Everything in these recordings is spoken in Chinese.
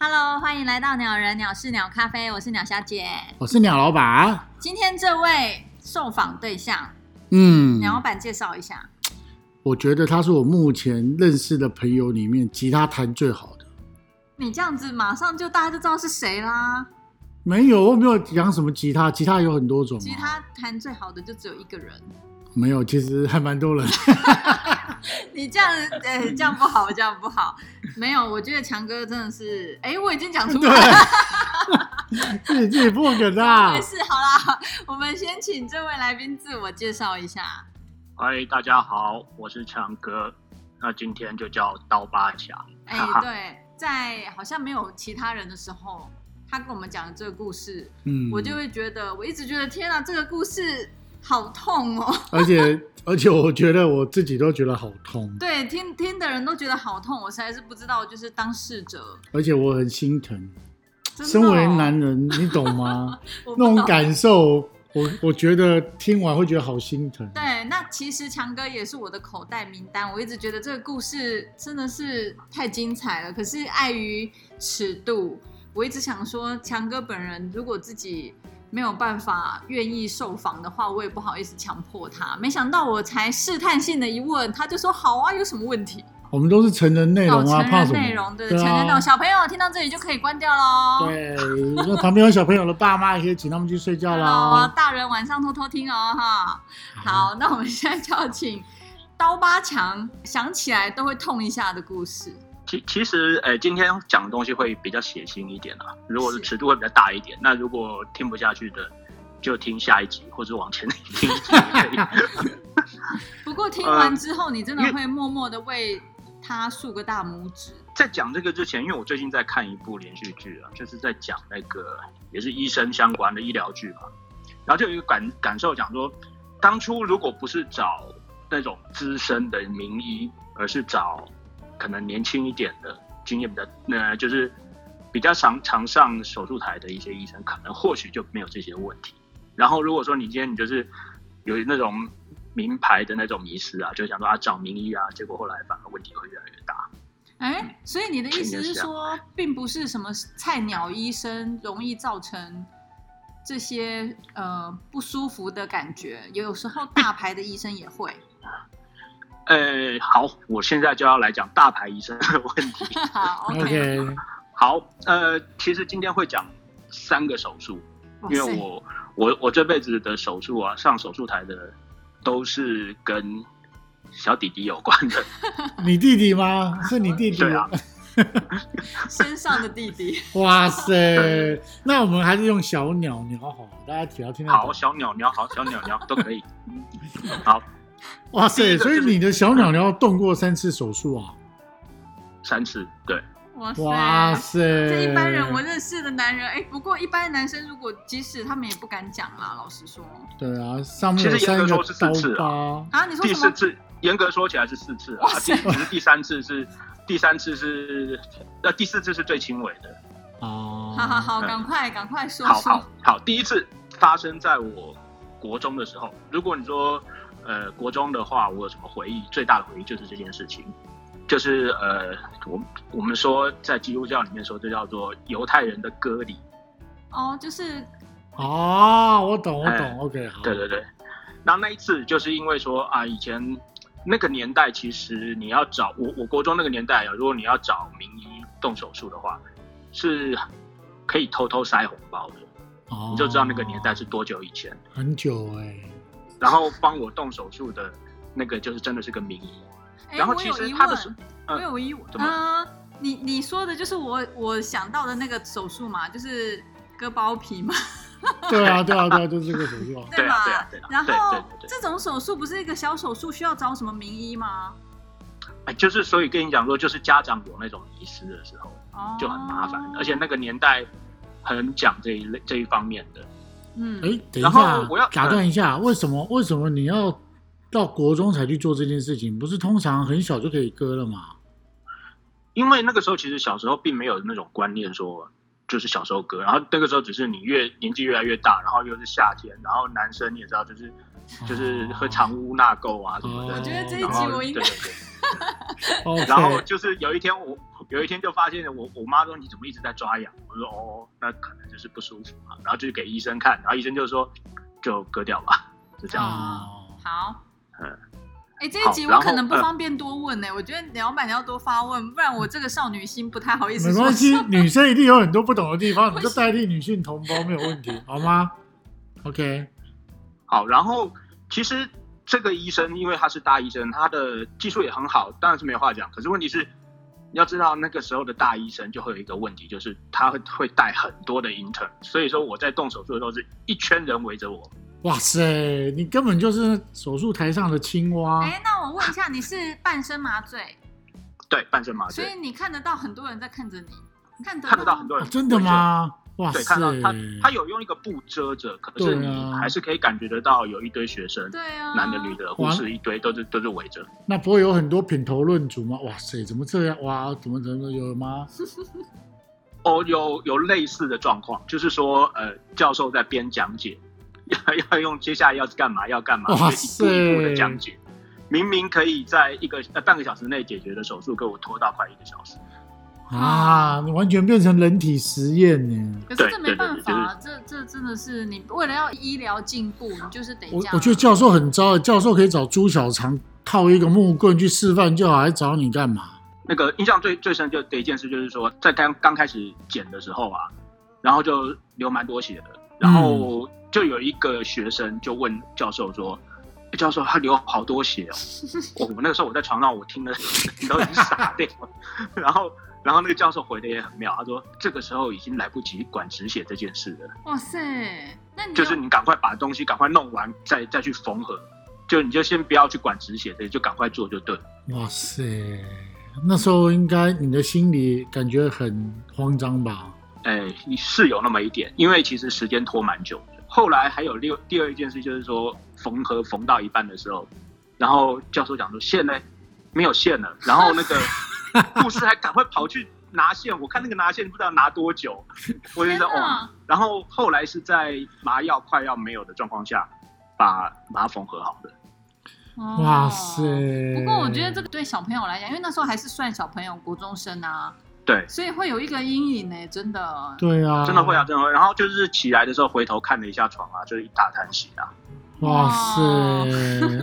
Hello，欢迎来到鸟人鸟事鸟咖啡，我是鸟小姐。我是鸟老板。今天这位受访对象，嗯，鸟老板介绍一下。我觉得他是我目前认识的朋友里面吉他弹最好的。你这样子马上就大家就知道是谁啦。没有，我没有讲什么吉他，吉他有很多种、啊。其实他弹最好的就只有一个人。没有，其实还蛮 多人。你这样， 呃、这样不好，这样不好。没有，我觉得强哥真的是，哎、我已经讲出来了。 自己自己破梗啊 没！事，好啦，我们先请这位来宾自我介绍一下。嗨，哎大家好，我是强哥，那今天就叫刀疤强，哎、哈哈对，在好像没有其他人的时候，他跟我们讲的这个故事，嗯，我就会觉得，我一直觉得天啊，这个故事好痛哦。而且而且我觉得我自己都觉得好痛，对，听听的人都觉得好痛，我实在是不知道，就是当事者，而且我很心疼。真的身哦为男人，你懂吗？我不那种懂感受，我我觉得听完会觉得好心疼。对，那其实强哥也是我的口袋名单，我一直觉得这个故事真的是太精彩了，可是碍于尺度，我一直想说，强哥本人如果自己没有办法愿意受访的话，我也不好意思强迫他。没想到我才试探性的一问，他就说好啊，有什么问题？我们都是成人内容哦啊，成怕人什么？内容，对，对成人内啊容，，小朋友听到这里就可以关掉喽。对，那旁边有小朋友的爸妈，也可以请他们去睡觉 喽，啦。大人晚上偷偷听哦哈。好，那我们现在就要请刀疤强想起来都会痛一下的故事。其其实，诶、今天讲的东西会比较血腥一点啊，如果是是尺度会比较大一点。那如果听不下去的，就听下一集或者往前听一集也可以。不过听完之后，你真的会默默的为他竖个大拇指。在讲这个之前，因为我最近在看一部连续剧啊，就是在讲那个也是医生相关的医疗剧嘛，然后就有一个感感受讲说，当初如果不是找那种资深的名医，而是找可能年轻一点的、经验比较呃就是比较常常上手术台的一些医生，可能或许就没有这些问题。然后如果说你今天你就是有那种名牌的那种迷失啊，就想说啊找名医啊，结果后来反而问题会越来越大。哎，所以你的意思是是这说，并不是什么菜鸟医生容易造成这些呃不舒服的感觉，有时候大牌的医生也会。呃，好，我现在就要来讲大牌医生的 问题。好 OK， OK，好，呃，其实今天会讲三个手术，哇因塞为我我我这辈子的手术啊，上手术台的都是跟小弟弟有关的。你弟弟吗？是你弟弟？对啊，身上的弟弟。哇塞，那我们还是用小鸟鸟好，大家只要听得好，懂。小鸟鸟，好，小鸟鸟都 可以。好，哇塞，第一个所就是以你的小鸟鸟动过三次手术啊？三次，对，哇塞！哇塞，这一般嗯人我认识的男人，哎、不过一般男生如果即使他们也不敢讲啦，老实说对啊，上面有其实严三格个说是四次啊刀啊，你说第什四么？次，严格说起来是四次啊哇，第塞只是第三次是第三次是呃第四次是最轻微的。疤啊。好好 好，赶快赶快说嗯 好说好。好，第一次发生在我国中的时候。如果你说呃国中的话，我有什么回忆？最大的回忆就是这件事情，就是呃我我们说在基督教里面说，这叫做犹太人的割礼。哦，就是哦，我懂，我哎懂。OK，好。对对对。然后那一次就是因为说啊，以前那个年代其实你要找我我国中那个年代啊，如果你要找名医动手术的话，是可以偷偷塞红包的，哦，你就知道那个年代是多久以前。很久哎、然后帮我动手术的那个就是真的是个名医，哎、然后我其有实疑他的手呃问，我有疑怎问么啊，你你说的就是我我想到的那个手术嘛，就是割包皮 嘛，对啊，对啊，对啊，就是这个手术啊。对吧啊？对啊对啊然对后对对对这种手术不是一个小手术，需要找什么名医吗？哎，就是所以跟你讲说，就是家长有那种迷失的时候哦，就很麻烦，而且那个年代很讲这一类这一方面的，嗯，哎，等一然后下我要，打断一下，为什么为什么你要到国中才去做这件事情？不是通常很小就可以割了吗？因为那个时候其实小时候并没有那种观念说就是小时候割，然后那个时候只是你越年纪越来越大，然后又是夏天，然后男生你也知道就是就是喝藏污纳垢啊什么的。哦我觉得这一然集后我应对该对对，哦， 然后就是有一天我有一天就发现我我妈说你怎么一直在抓痒？我说哦，那可能就是不舒服嘛。然后就给医生看，然后医生就说就割掉吧，就这样。哦，好，嗯哎，这一集好我然后可能不呃方便多问呢、我觉得老板要多发问，不然我这个少女心不太好意思没说。关系，女生一定有很多不懂的地方，你就代替女性同胞没有问题，好吗？OK，好，然后其实这个医生因为他是大医生，他的技术也很好，当然是没话讲。可是问题是，你要知道那个时候的大医生就会有一个问题，就是他会会带很多的 intern，所以说我在动手术的时候是一圈人围着我。哇塞，你根本就是手术台上的青蛙。哎，那我问一下，你是半身麻醉，啊对，半身麻所以醉，你看得到很多人在看着你，看得看得到很多哦人、真的？吗？哇对，塞看到，他他有用一个布遮着，可啊是对你啊还是可以感觉得到有一堆学生，对啊，男的女的，护哇士一堆都是都是围着。那不会有很多品头论足吗？哇塞，怎么这样？哇，怎么怎么有吗？哦，有有类似的状况，就是说，呃，教授在边讲解，要要用接下来要干嘛要干嘛，哇所以一步一步塞的讲解。明明可以在一个呃半个小时内解决的手术，给我拖到快一个小时。啊，你完全变成人体实验呢！可是对这对没对办对法啊，这这真的是你为了要医疗进步，你就是得这我样啊。我觉得教授很糟，教授可以找朱小长套一个木棍去示范就好，还找你干嘛？那个印象最最深就的一件事，就是说，在刚刚开始剪的时候啊，然后就流蛮多血的，然后就有一个学生就问教授说：“欸教授，他流好多血哦。”我那个时候我在床上，我听了 都已经傻掉了。 然后，然后那个教授回的也很妙，他说：“这个时候已经来不及管止血这件事了，哇塞，那你就是有你赶快把东西赶快弄完，再再去缝合。就你就先不要去管止血的，就赶快做就对了。”哇塞，那时候应该你的心里感觉很慌张吧？哎，是有那么一点，因为其实时间拖蛮久的。后来还有六第二件事，就是说缝合缝到一半的时候，然后教授讲说线呢没有线了，然后那个护士还赶快跑去拿线，我看那个拿线不知道拿多久，我就天觉得哦。哪，然后后来是在麻药快要没有的状况下，把把它缝合好的。哦哇塞！不过我觉得这个对小朋友来讲，因为那时候还是算小朋友，国中生啊，对，所以会有一个阴影呢、欸真的。对啊，真的会啊，真的会。然后就是起来的时候回头看了一下床啊，就是一大滩血啊。哇塞！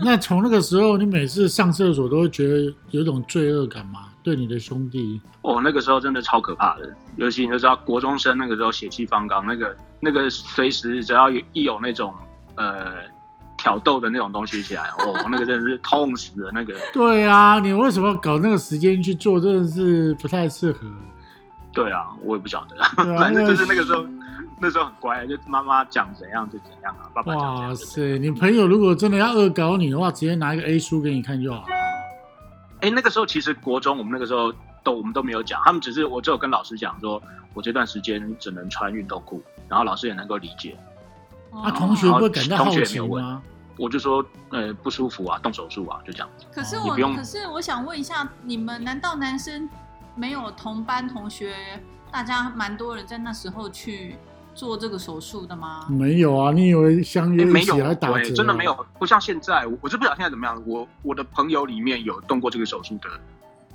那从那个时候，你每次上厕所都会觉得有一种罪恶感吗？对你的兄弟，哦，那个时候真的超可怕的，尤其你就知道国中生那个时候血气方刚，那个那个随时只要有一有那种呃挑逗的那种东西起来，哦，那个真的是痛死了那个。对啊，你为什么搞那个时间去做？真的是不太适 合。对啊，我也不晓得，对啊反正就是那个时候，那时候很乖，啊就妈妈讲怎样就怎样啊，爸爸讲怎哇样就怎样。塞！你朋友如果真的要恶搞你的话，直接拿一个 A 书给你看就好了。哎，那个时候其实国中我们那个时候都我们都没有讲，他们只是我只有跟老师讲说，我这段时间只能穿运动裤，然后老师也能够理解。哦啊，同学不会感到好哦同学奇没有问吗？我就说，呃，不舒服啊，动手术啊，就这样。可是哦我，你不用可是我想问一下，你们难道男生没有同班同学？大家蛮多人在那时候去做这个手术的吗？没有啊，你以为相欸约没一有起还打对折、真的没有。，不像现在，我我是不晓得现在怎么样。我我的朋友里面有动过这个手术的，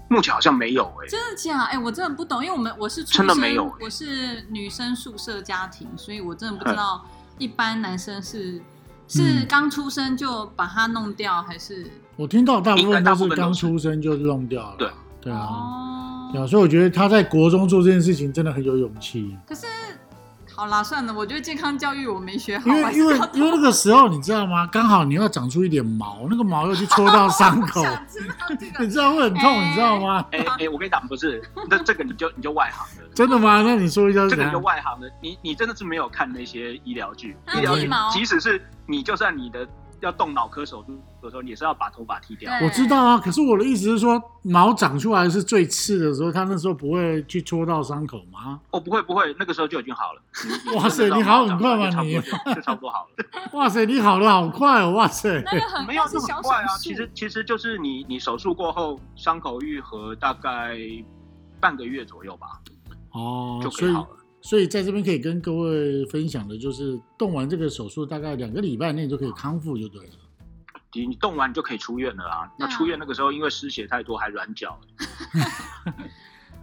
目前好像没有哎、真的假？哎、我真的不懂，因为我们我是出真的生没有欸我是女生宿舍家庭，所以我真的不知道一般男生是是嗯刚出生就把它弄掉，还是我听到大部分都是应该大部分都是刚出生就弄掉了。对对啊，对啊，哦？所以我觉得他在国中做这件事情真的很有勇气，可是好啦，算了，我觉得健康教育我没学好，因哦我还为是因为要因为那个时候你知道吗？刚好你要长出一点毛，那个毛又去戳到伤 口，想知道这你 个。知道会很痛，哎你知道吗？哎哎、我跟你讲，不是，那这个你就你就外行了。真的吗？那你说一下是这怎个你就样？外行了，你你真的是没有看那些医疗剧，啊医疗剃剧毛即使是你，就算你的要动脑科手术的时候，也是要把头发剃掉。对我知道啊，可是我的意思是说，毛长出来是最刺的时候，他那时候不会去戳到伤口吗？哦，不会不会，那个时候就已经好了。你哇塞你你好很快嘛差不你多就就差不多好了。哇塞，你好的好快哦，哇塞！那个很没有那是就小很手快啊，术其实其实就是你你手术过后伤口愈合大概半个月左右吧，哦就，可所以以好了。所以在这边可以跟各位分享的就是，动完这个手术大概两个礼拜内就可以康复就对了。你你动完你就可以出院了啊。那对啊出院那个时候因为失血太多还软脚，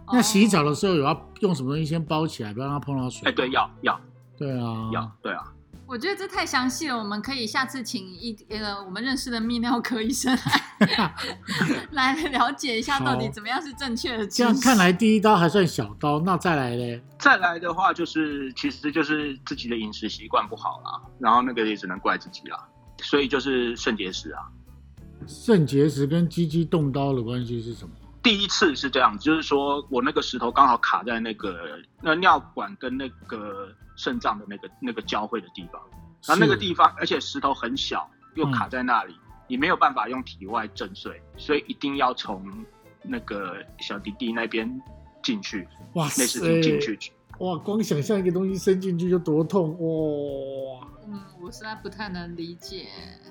哦那洗哦澡的时候有要用什么东西先包起来，不要让它碰到水？哎，对，要要对啊，要，对啊，我觉得这太详细了，我们可以下次请一呃我们认识的泌尿科医生 来来了解一下到底好怎么样是正确的知识。这样看来第一刀还算小刀，那再来嘞？再来的话就是，其实就是自己的饮食习惯不好啦，然后那个也只能怪自己啦。所以就是肾结石啊，肾结石跟鸡鸡动刀的关系是什么？第一次是这样，就是说我那个石头刚好卡在那个那尿管跟那个肾脏的那个那个交汇的地方，然后啊那个是嗯地方，而且石头很小，又卡在那里，你没有办法用体外震碎，所以一定要从那个小弟弟那边进去，哇内视镜进去。哇，光想象一个东西伸进去就多痛哇！嗯，我实在不太能理解，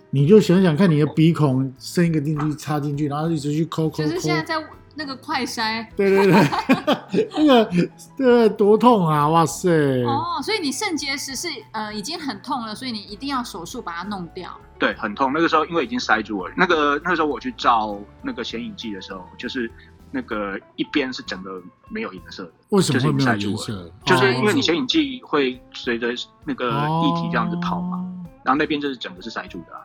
你就想想看，你的鼻孔伸一个进去插进去，然后一直去抠抠抠就，是现在在那个快筛对对对， 那个对多痛啊！哇塞，哦，所以你肾结石是呃已经很痛了，所以你一定要手术把它弄掉。对，很痛。那个时候因为已经塞住了，那个那个时候我去照那个显影剂的时候，就是那个一边是整个没有颜色的，为什么会没有就是颜你塞住色？就是哦因为你显影剂会随着那个哦液体这样子跑嘛，嘛。然后那边就是整个是塞住的啊、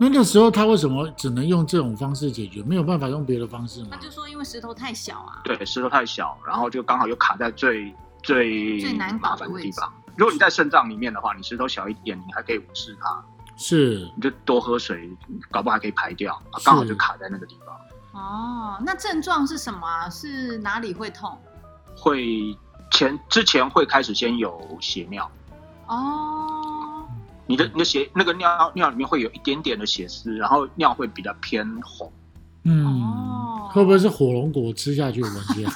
那个时候他为什么只能用这种方式解决，没有办法用别的方式他吗？就说因为石头太小啊，对，石头太小，然后就刚好又卡在最最最难搞麻的烦的位地置方。如果你在肾脏里面的话，你石头小一点，你还可以无视它，是你就多喝水，搞不好还可以排掉。啊刚好就卡在那个地方，哦，那症状是什么啊？是哪里会痛？会前之前会开始先有血尿，哦，你的你的血那个尿尿里面会有一点点的血丝，然后尿会比较偏红。嗯哦，会不会是火龙果吃下去的关系啊？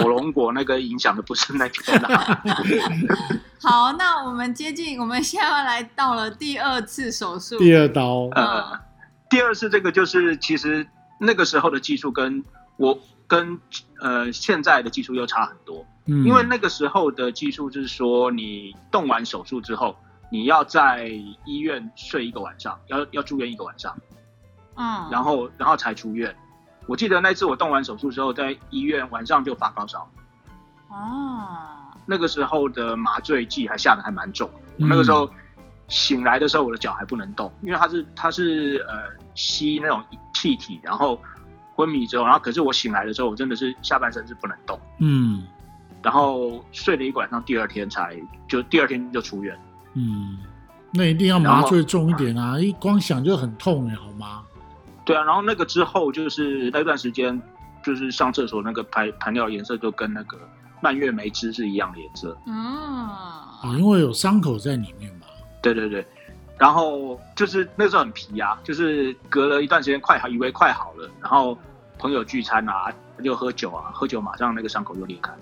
火龙果那个影响的不是那个啦，好，那我们接近，我们现在要来到了第二次手 术。第二刀，呃，第二是这个就是其实那个时候的技术跟我跟呃现在的技术又差很多。嗯，因为那个时候的技术就是说，你动完手术之后，你要在医院睡一个晚上，要要住院一个晚上，嗯，然后然后才出院。我记得那次我动完手术之后，在医院晚上就发高烧，哦，那个时候的麻醉剂还下的还蛮重的，嗯那个时候醒来的时候我的脚还不能动，因为它是它是呃吸那种气体，然后昏迷之后，然后可是我醒来的时候，我真的是下半身是不能动。嗯然后睡了一个晚上，第二天才就第二天就出院。嗯，那一定要麻醉重一点啊，一光想就很痛哎，好吗？对啊，然后那个之后就是那段时间，就是上厕所那个排排尿颜色就跟那个蔓越莓汁是一样的颜色。啊，嗯，因为有伤口在里面嘛。对对对，然后就是那时候很皮啊，就是隔了一段时间快好，以为快好了，然后朋友聚餐啊，就喝酒啊，喝酒马上那个伤口就裂开，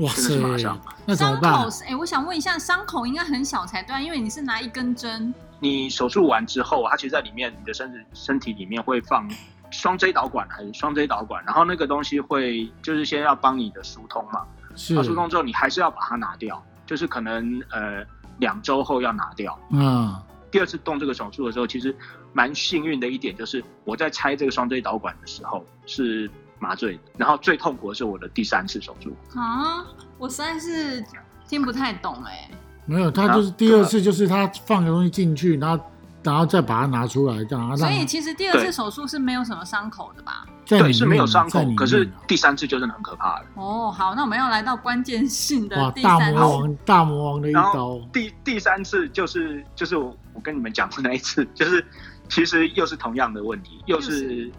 哇真塞的是马上，。那怎么伤办口？是，哎、我想问一下，伤口应该很小才对啊，因为你是拿一根针。你手术完之后，它其实在里面你的身子身体里面会放双 J 导管还是双 J 导管，然后那个东西会就是先要帮你的疏通嘛，是那疏通之后你还是要把它拿掉，就是可能呃两周后要拿掉。嗯，第二次动这个手术的时候，其实蛮幸运的一点就是我在拆这个双 J 导管的时候是麻醉的，然后最痛苦的是我的第三次手术，啊，我实在是听不太懂哎、没有，他就是啊第二次，就是他放个东西进去，然后然后再把它拿出来，这样然后啊所让以其实第二次对手术是没有什么伤口的吧？在里面对，啊是没有伤在口里，面可是第三次就真的很可怕了。哦，好，那我们要来到关键性的哇，第大三次魔王大魔王的一然刀后，第第三次就是就是我我跟你们讲过那一次，就是其实又是同样的问题，又又是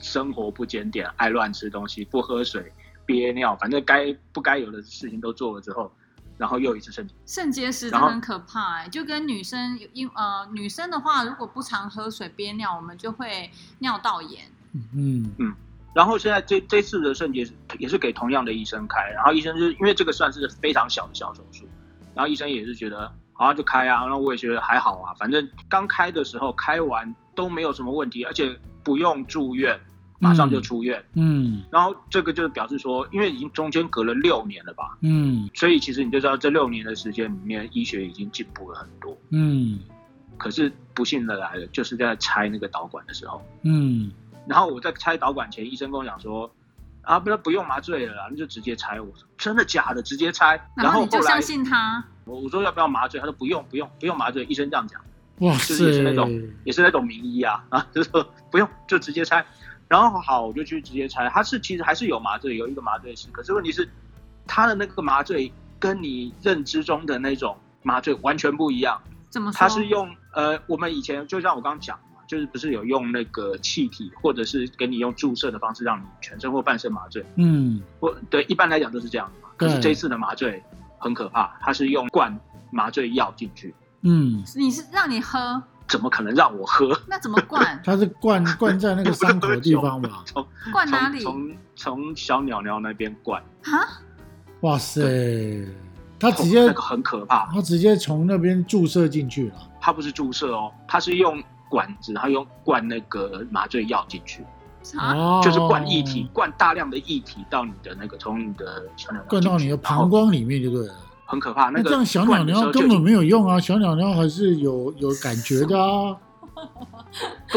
生活不检点，爱乱吃东西，不喝水，憋尿，反正该不该有的事情都做了之后，然后又一次肾结石。肾结石真然的后很可怕、哎，就跟女生因呃女生的话，如果不常喝水憋尿，我们就会尿道炎。嗯然后现在这这次的肾结石也是给同样的医生开，然后医生是因为这个算是非常小的小手术，然后医生也是觉得好啊就开啊，然后我也觉得还好啊，反正刚开的时候开完都没有什么问题，而且不用住院，马上就出院。嗯然后这个就是表示说，因为已经中间隔了六年了吧，嗯所以其实你就知道这六年的时间里面，医学已经进步了很多。嗯可是不幸的来了，就是在拆那个导管的时候，嗯然后我在拆导管前，医生跟我讲说，啊，不不用麻醉了啦，那就直接拆。我说真的假的？直接拆？然后后你就后来相信他，我我说要不要麻醉？他说不用不用不用麻醉。医生这样讲，哇就是塞也是那种也是那种名医啊 啊，就说不用就直接拆。然后好，我就去直接拆。他是其实还是有麻醉，有一个麻醉师，可是问题是他的那个麻醉跟你认知中的那种麻醉完全不一样。怎么哦说？它是用呃，我们以前就像我刚刚讲嘛，就是不是有用那个气体，或者是给你用注射的方式让你全身或半身麻醉，嗯或对，一般来讲都是这样的嘛。可是对这一次的麻醉很可怕，它是用灌麻醉药进去，嗯，？你是让你喝，怎么可能让我喝？那怎么灌 它是灌灌在那个伤口的地方吧？灌哪从里？从从小鸟鸟那边灌，啊？哇塞，它它直接那个很可怕，它直接从那边注射进去了。它不是注射哦，它是用管子，然后用灌那个麻醉药进去，啥？哦，啊就是灌液体，，灌大量的液体到你的那个从你的小鸟鸟灌到进你去的然后膀胱里面就对了。很可怕。那那个这样小鸟灌的时鸟候就根已本经没有用啊，小鸟鸟还是有有感觉的啊。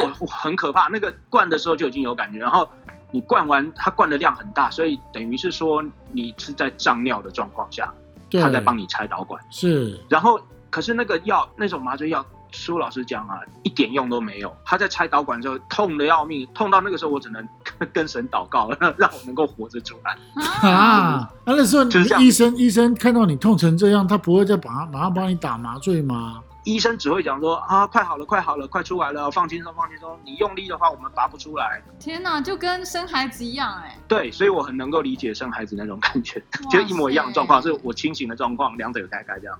我我很可怕。那个灌的时候就已经有感觉，然后你灌完，它灌的量很大，所以等于是说你是在胀尿的状况下，对，啊它在帮你拆导管。是，然后可是那个药，那种麻醉药，苏老师讲啊，一点用都没有。他在拆导管的时候痛的要命，痛到那个时候我只能 跟神祷告， 让让我能够活着出来。啊，那那时候你就是这样医生医生看到你痛成这样，他不会再把马上帮你打麻醉吗？医生只会讲说啊，快好了，快好了，快出来了，放轻松，放轻松。你用力的话，我们拔不出来。天哪，就跟生孩子一样哎、对，所以我很能够理解生孩子那种感觉，哇就一模一样的状况，塞是我清醒的状况，两腿开开这样，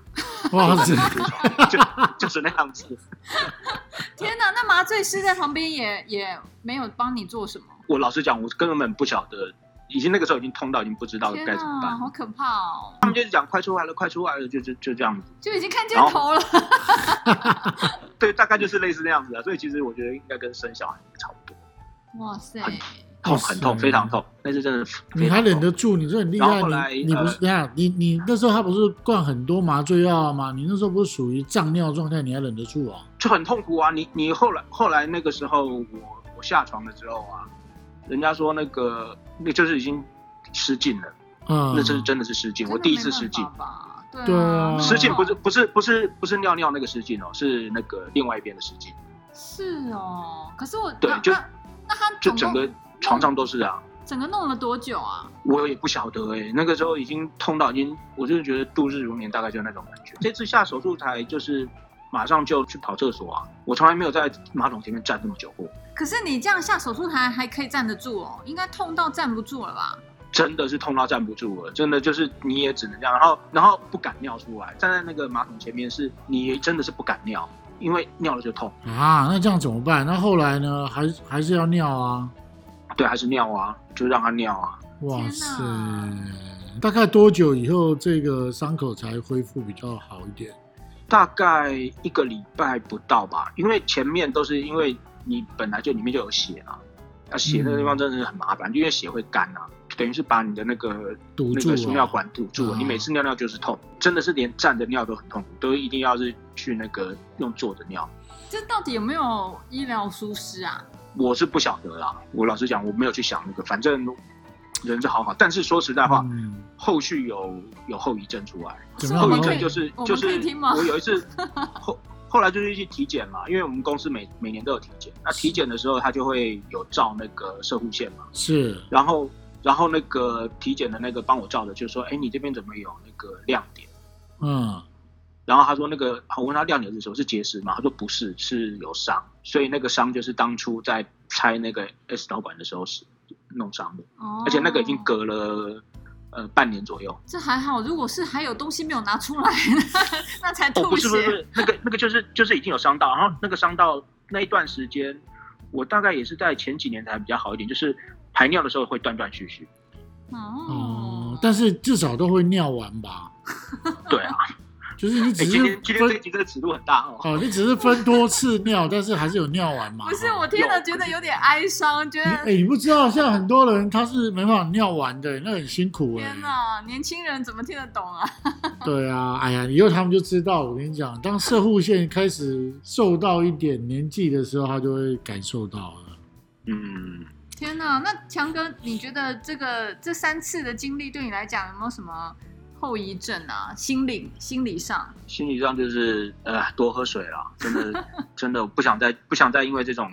哇 塞，就就是那样子。天哪，那麻醉师在旁边也也没有帮你做什么。我老实讲，我根本不晓得，已经那个时候已经痛到已经不知道天该怎么哪，办。好可怕哦！他们就是讲快出来了，快出来了，就就就这样子。就已经看见然后头了。对，大概就是类似那样子啊的。所以其实我觉得应该跟生小孩差不多，哇塞，哇痛塞很痛，非常痛，但是真的你非还常忍痛。得住？你这很厉然后后害。来呃你你不是等一下你你那时候他不是灌很多麻醉药吗？你那时候不是属于胀尿状态，你还忍得住啊？就很痛苦啊！你你后来后来那个时候我我下床了之后啊，人家说那个那就是已经失禁了，嗯，那真是真的是失禁，真的我第一次失没禁办。法吧？对对啊啊，失禁不是不是不是不是尿尿那个失禁哦，是那个另外一边的失禁，是哦。可是我对那就那那他就总整共个床上都是啊。整个弄了多久啊？我也不晓得哎、那个时候已经痛到已经，我就是觉得度日如年，大概就那种感觉。这次下手术台就是马上就去跑厕所啊，我从来没有在马桶前面站这么久过，可是你这样下手术台还可以站得住哦，应该痛到站不住了吧？真的是痛到站不住了，真的就是你也只能这样，然后然后不敢尿出来，站在那个马桶前面是你真的是不敢尿，因为尿了就痛，啊，那这样怎么办？那后来呢？还还是要尿啊？对，还是尿啊，就让他尿啊。哇天塞哪！大概多久以后这个伤口才恢复比较好一点？大概一个礼拜不到吧，因为前面都是因为你本来就里面就有血啊，啊血那个地方真的是很麻烦，因为血会干啊，等于是把你的那个堵那住啊个输尿管堵住了，啊你每次尿尿就是痛，真的是连站着尿都很痛苦，都一定要是去那个用坐着尿。这到底有没有医疗疏失啊？我是不晓得啦，我老实讲，我没有去想那个，反正人是啊好好，但是说实在话，嗯后续有有后遗症出来。怎是么样我后们遗可症以就是我就们可以是听吗我？有 一次后后来就是去体检嘛，因为我们公司每每年都有体检，那体检的时候他就会有照那个射护线嘛，是然后然后那个体检的那个帮我照的就说，哎，你这边怎么有那个亮点？嗯然后他说那个，我问他亮点是什么？是结石吗？他说不是，是有伤，所以那个伤就是当初在拆那个 S 导管的时候是弄伤的，哦而且那个已经隔了呃半年左右。这还好，如果是还有东西没有拿出来， 那才哦，吐不是不是血。不是，那个那个就是就是已经有伤到，然后那个伤到那一段时间，我大概也是在前几年才比较好一点，就是排尿的时候会断断续续。哦哦，，但是至少都会尿完吧？对啊，就是你哎、只今是天今天这分个这个尺度很大哦。哦，你只是分多次尿，但是还是有尿完嘛？不是哦我听了觉得有点哀伤，觉你得哎、你不知道，现在很多人他是没办法尿完的，那很辛苦哎、天哪，年轻人怎么听得懂啊？对啊，哎呀，以后他们就知道。我跟你讲，当射护线开始受到一点年纪的时候，他就会感受到了。嗯，天哪，那强哥，你觉得这个这三次的经历对你来讲有没有什么后遗症啊？心理心理上，心理上就是呃多喝水啦，真的真的不想再不想再因为这种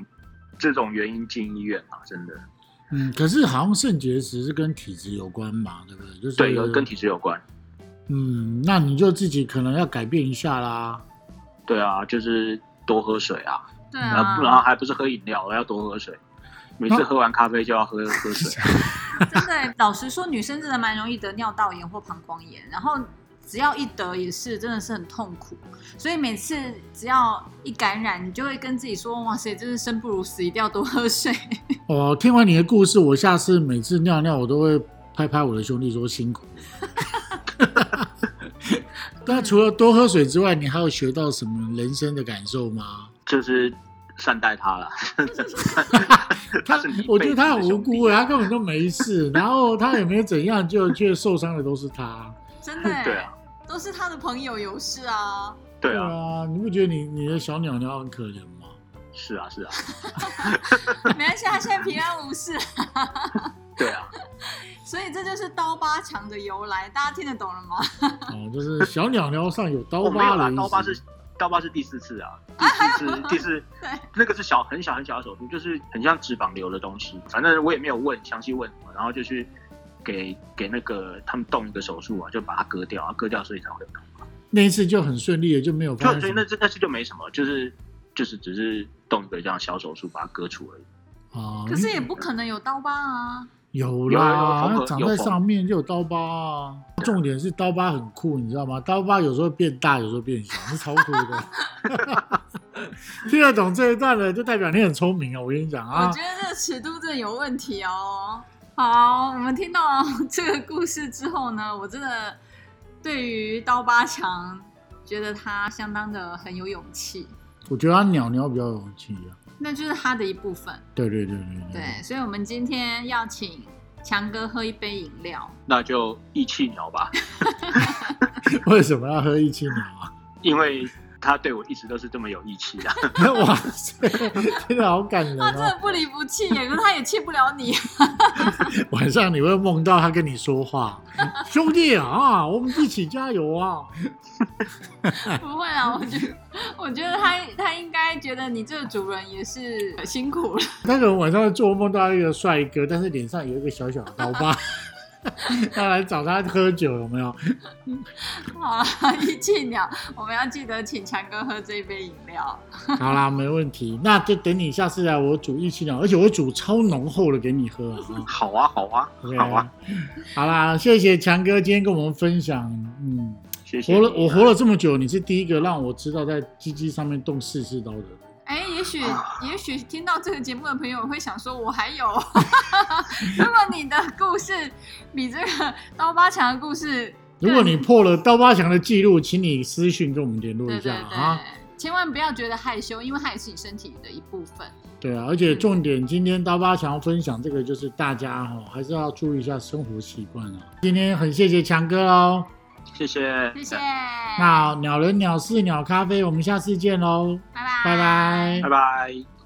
这种原因进医院啊，真的。嗯，可是好像肾结石是跟体质有关嘛，对不对？就是对，有跟体质有关。嗯，那你就自己可能要改变一下啦。对啊，就是多喝水啊，对然啊后，然后还不是喝饮料，我要多喝水。每次那喝完咖啡就要喝喝水啊，真的欸，老实说，女生真的蛮容易得尿道炎或膀胱炎，然后只要一得也是真的是很痛苦，所以每次只要一感染，你就会跟自己说：“哇塞，真是生不如死，一定要多喝水。 哦，听完你的故事，我下次每次尿尿，我都会拍拍我的兄弟说辛 苦。 那除了多喝水之外，你还有学到什么人生的感受吗？就是善待 他了。他是你一辈我觉得子的兄，弟啊他很无辜欸，他根本就没事，然后他也没怎样，就却受伤的都是他。”真的欸，对啊都是他的朋友有事啊。 对啊，啊，你不觉得你你的小鸟鸟很可怜吗？是啊，是啊，没关系，他现在平安无事，对啊， 所以这就是刀疤强的由来，大家听得懂了吗？哦，就是小鸟鸟上有刀哦没有疤啦的，意刀疤思。是刀疤是第四次啊，第四次第四对，那个是小很小很小的手术，就是很像脂肪瘤的东西，反正我也没有问详细问什么，然后就去给给那个他们动一个手术啊，就把它割掉，啊，割掉所以才会有。那一次就很顺利了，就没有发就生所什以么那那次就没什么，就是就是只是动一个这样小手术把它割除而已。啊。可是也不可能有刀疤啊。有有有啦缝，合它长有在缝上面就有刀疤啊。重点是刀疤很酷，你知道吗？刀疤有时候变大，有时候变小，是超酷的。 听得懂这一段的，就代表你很聪明啊！我跟你讲啊我觉，得这个尺度真的有问题哦。好，我们听到 这个故事之后呢，我真的对于刀疤强觉得他相当的很有勇气，我觉得他鸟鸟比较有勇气啊。那就是他的一部分。对对对对对，所以我们今天要请强哥喝一杯饮料。那就一气鸟吧，对， 为什么要喝一起鸟啊？ 因为他对我一直都是这么有义气啊。哇塞，真的好感人他真哦！的不离不弃耶，可是他也气不了你。晚上你会梦到他跟你说话，兄弟啊，我们一起加油啊！不会啊，我觉得，我觉得他他应该觉得你这个主人也是辛苦了。那个人晚上做梦到一个帅哥，但是脸上有一个小小的刀疤， 他来找他喝酒，有没有？好了，一气鸟，我们要记得请强哥喝这一杯饮料。好啦，没问题，那就等你下次来我煮一起鸟，而且我煮超浓厚的给你喝啊。 好啊，好啊， OK，好啊，好啦，谢谢强哥今天跟我们分享，嗯，谢谢活你啊啊了我活了这么久，你是第一个让我知道在鸡鸡上面动四次刀的人。哎，也许啊也许听到这个节目的朋友会想说，我还有。 如果你的故事比这个刀疤强的故事更，如果你破了刀疤强的记录，请你私讯跟我们联络对一对下对，啊。千万不要觉得害羞，因为它也是你身体的一部分。对啊，而且重点，今天刀疤想要分享这个就是大家哈、还是要注意一下生活习惯啊。嗯今天很谢谢强哥哦，谢谢，谢谢，那鸟人鸟事鸟咖啡，我们下次见喽，拜拜，拜拜拜拜。